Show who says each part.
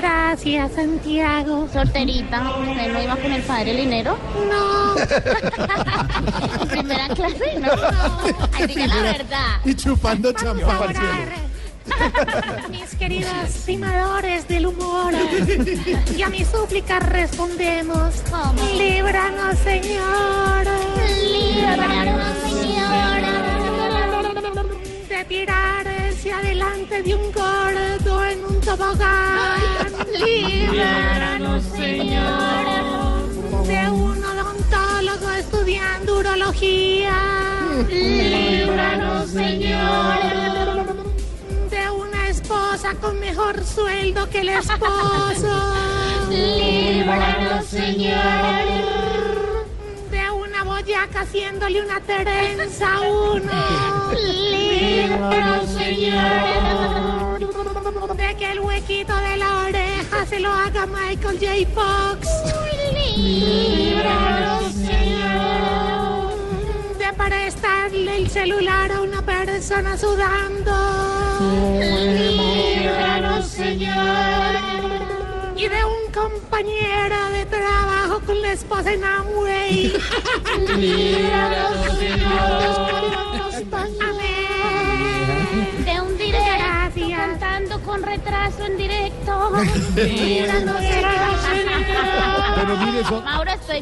Speaker 1: Gracias, Santiago.
Speaker 2: Solterita, ¿usted no iba con el padre Linero?
Speaker 1: No,
Speaker 2: En primera clase, no, no. Ay, diga la verdad.
Speaker 3: Y chupando champán.
Speaker 1: vamos a orar. Mis queridas primadores del humor, y a mis súplicas respondemos.
Speaker 2: ¿Cómo?
Speaker 1: Líbranos, Señor,
Speaker 2: Líbranos, Señor.
Speaker 1: de tirar hacia adelante de un gordo en un tobogán,
Speaker 2: Líbranos, Señor.
Speaker 1: de un odontólogo estudiando urología,
Speaker 2: Líbranos, Señor.
Speaker 1: de una esposa con mejor sueldo que el esposo.
Speaker 2: Líbranos, Señor.
Speaker 1: de una boyaca haciéndole una terenza a uno.
Speaker 2: Líbranos, Señor.
Speaker 1: De que el huequito de la oreja se lo haga Michael J. Fox.
Speaker 2: Líbranos, Señor.
Speaker 1: De prestarle el celular a una persona sudando.
Speaker 2: Líbranos, Señor.
Speaker 1: Y de un compañero de trabajo con la esposa en Amway.
Speaker 2: Líbranos,
Speaker 1: Amén.
Speaker 2: De un directo
Speaker 1: Gracias.
Speaker 2: cantando con retraso en directo.
Speaker 1: Líbranos, Señor.
Speaker 3: Pero mire, son,
Speaker 2: Mauro, estoy